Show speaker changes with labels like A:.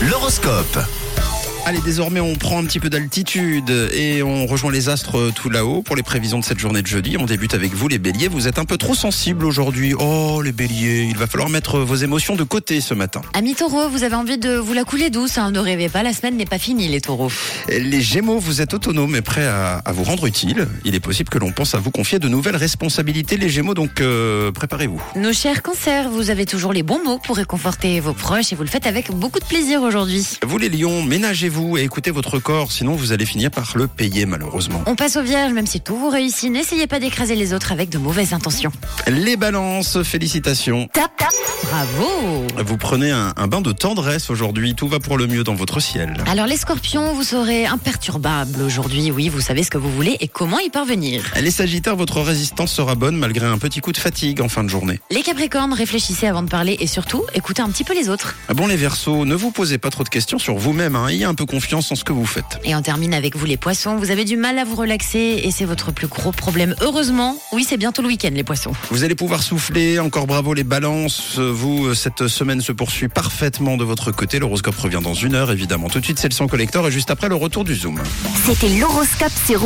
A: l'horoscope.
B: Allez, désormais, on prend un petit peu d'altitude et on rejoint les astres euh, tout là-haut pour les prévisions de cette journée de jeudi. On débute avec vous, les béliers. Vous êtes un peu trop sensibles aujourd'hui. Oh, les béliers, il va falloir mettre vos émotions de côté ce matin.
C: Amis taureaux, vous avez envie de vous la couler douce, hein, ne rêvez pas, la semaine n'est pas finie les taureaux.
B: Les gémeaux, vous êtes autonomes et prêts à, à vous rendre utile. Il est possible que l'on pense à vous confier de nouvelles responsabilités, les gémeaux, donc euh, préparez-vous.
C: Nos chers cancers, vous avez toujours les bons mots pour réconforter vos proches et vous le faites avec beaucoup de plaisir aujourd'hui.
B: Vous, les lions, ménagez-vous et écoutez votre corps, sinon vous allez finir par le payer, malheureusement.
C: On passe aux vierges, même si tout vous réussit, n'essayez pas d'écraser les autres avec de mauvaises intentions.
B: Les balances, félicitations.
C: Tap tap Bravo
B: Vous prenez un, un bain de tendresse aujourd'hui, tout va pour le mieux dans votre ciel.
C: alors les scorpions, vous serez imperturbables aujourd'hui, oui, vous savez ce que vous voulez et comment y parvenir.
B: Les Sagittaires, votre résistance sera bonne malgré un petit coup de fatigue en fin de journée.
C: Les capricornes, réfléchissez avant de parler et surtout, écoutez un petit peu les autres.
B: Ah Bon les Verseaux, ne vous posez pas trop de questions sur vous-même, hein, ayez un peu confiance en ce que vous faites.
C: Et on termine avec vous les poissons, vous avez du mal à vous relaxer et c'est votre plus gros problème. Heureusement, oui, c'est bientôt le week-end les poissons.
B: Vous allez pouvoir souffler, encore bravo les balances, Euh, vous, euh, cette semaine se poursuit parfaitement de votre côté, l'horoscope revient dans une heure évidemment. Tout de suite c'est le son collector et juste après le retour du Zoom.
D: C'était l'horoscope sur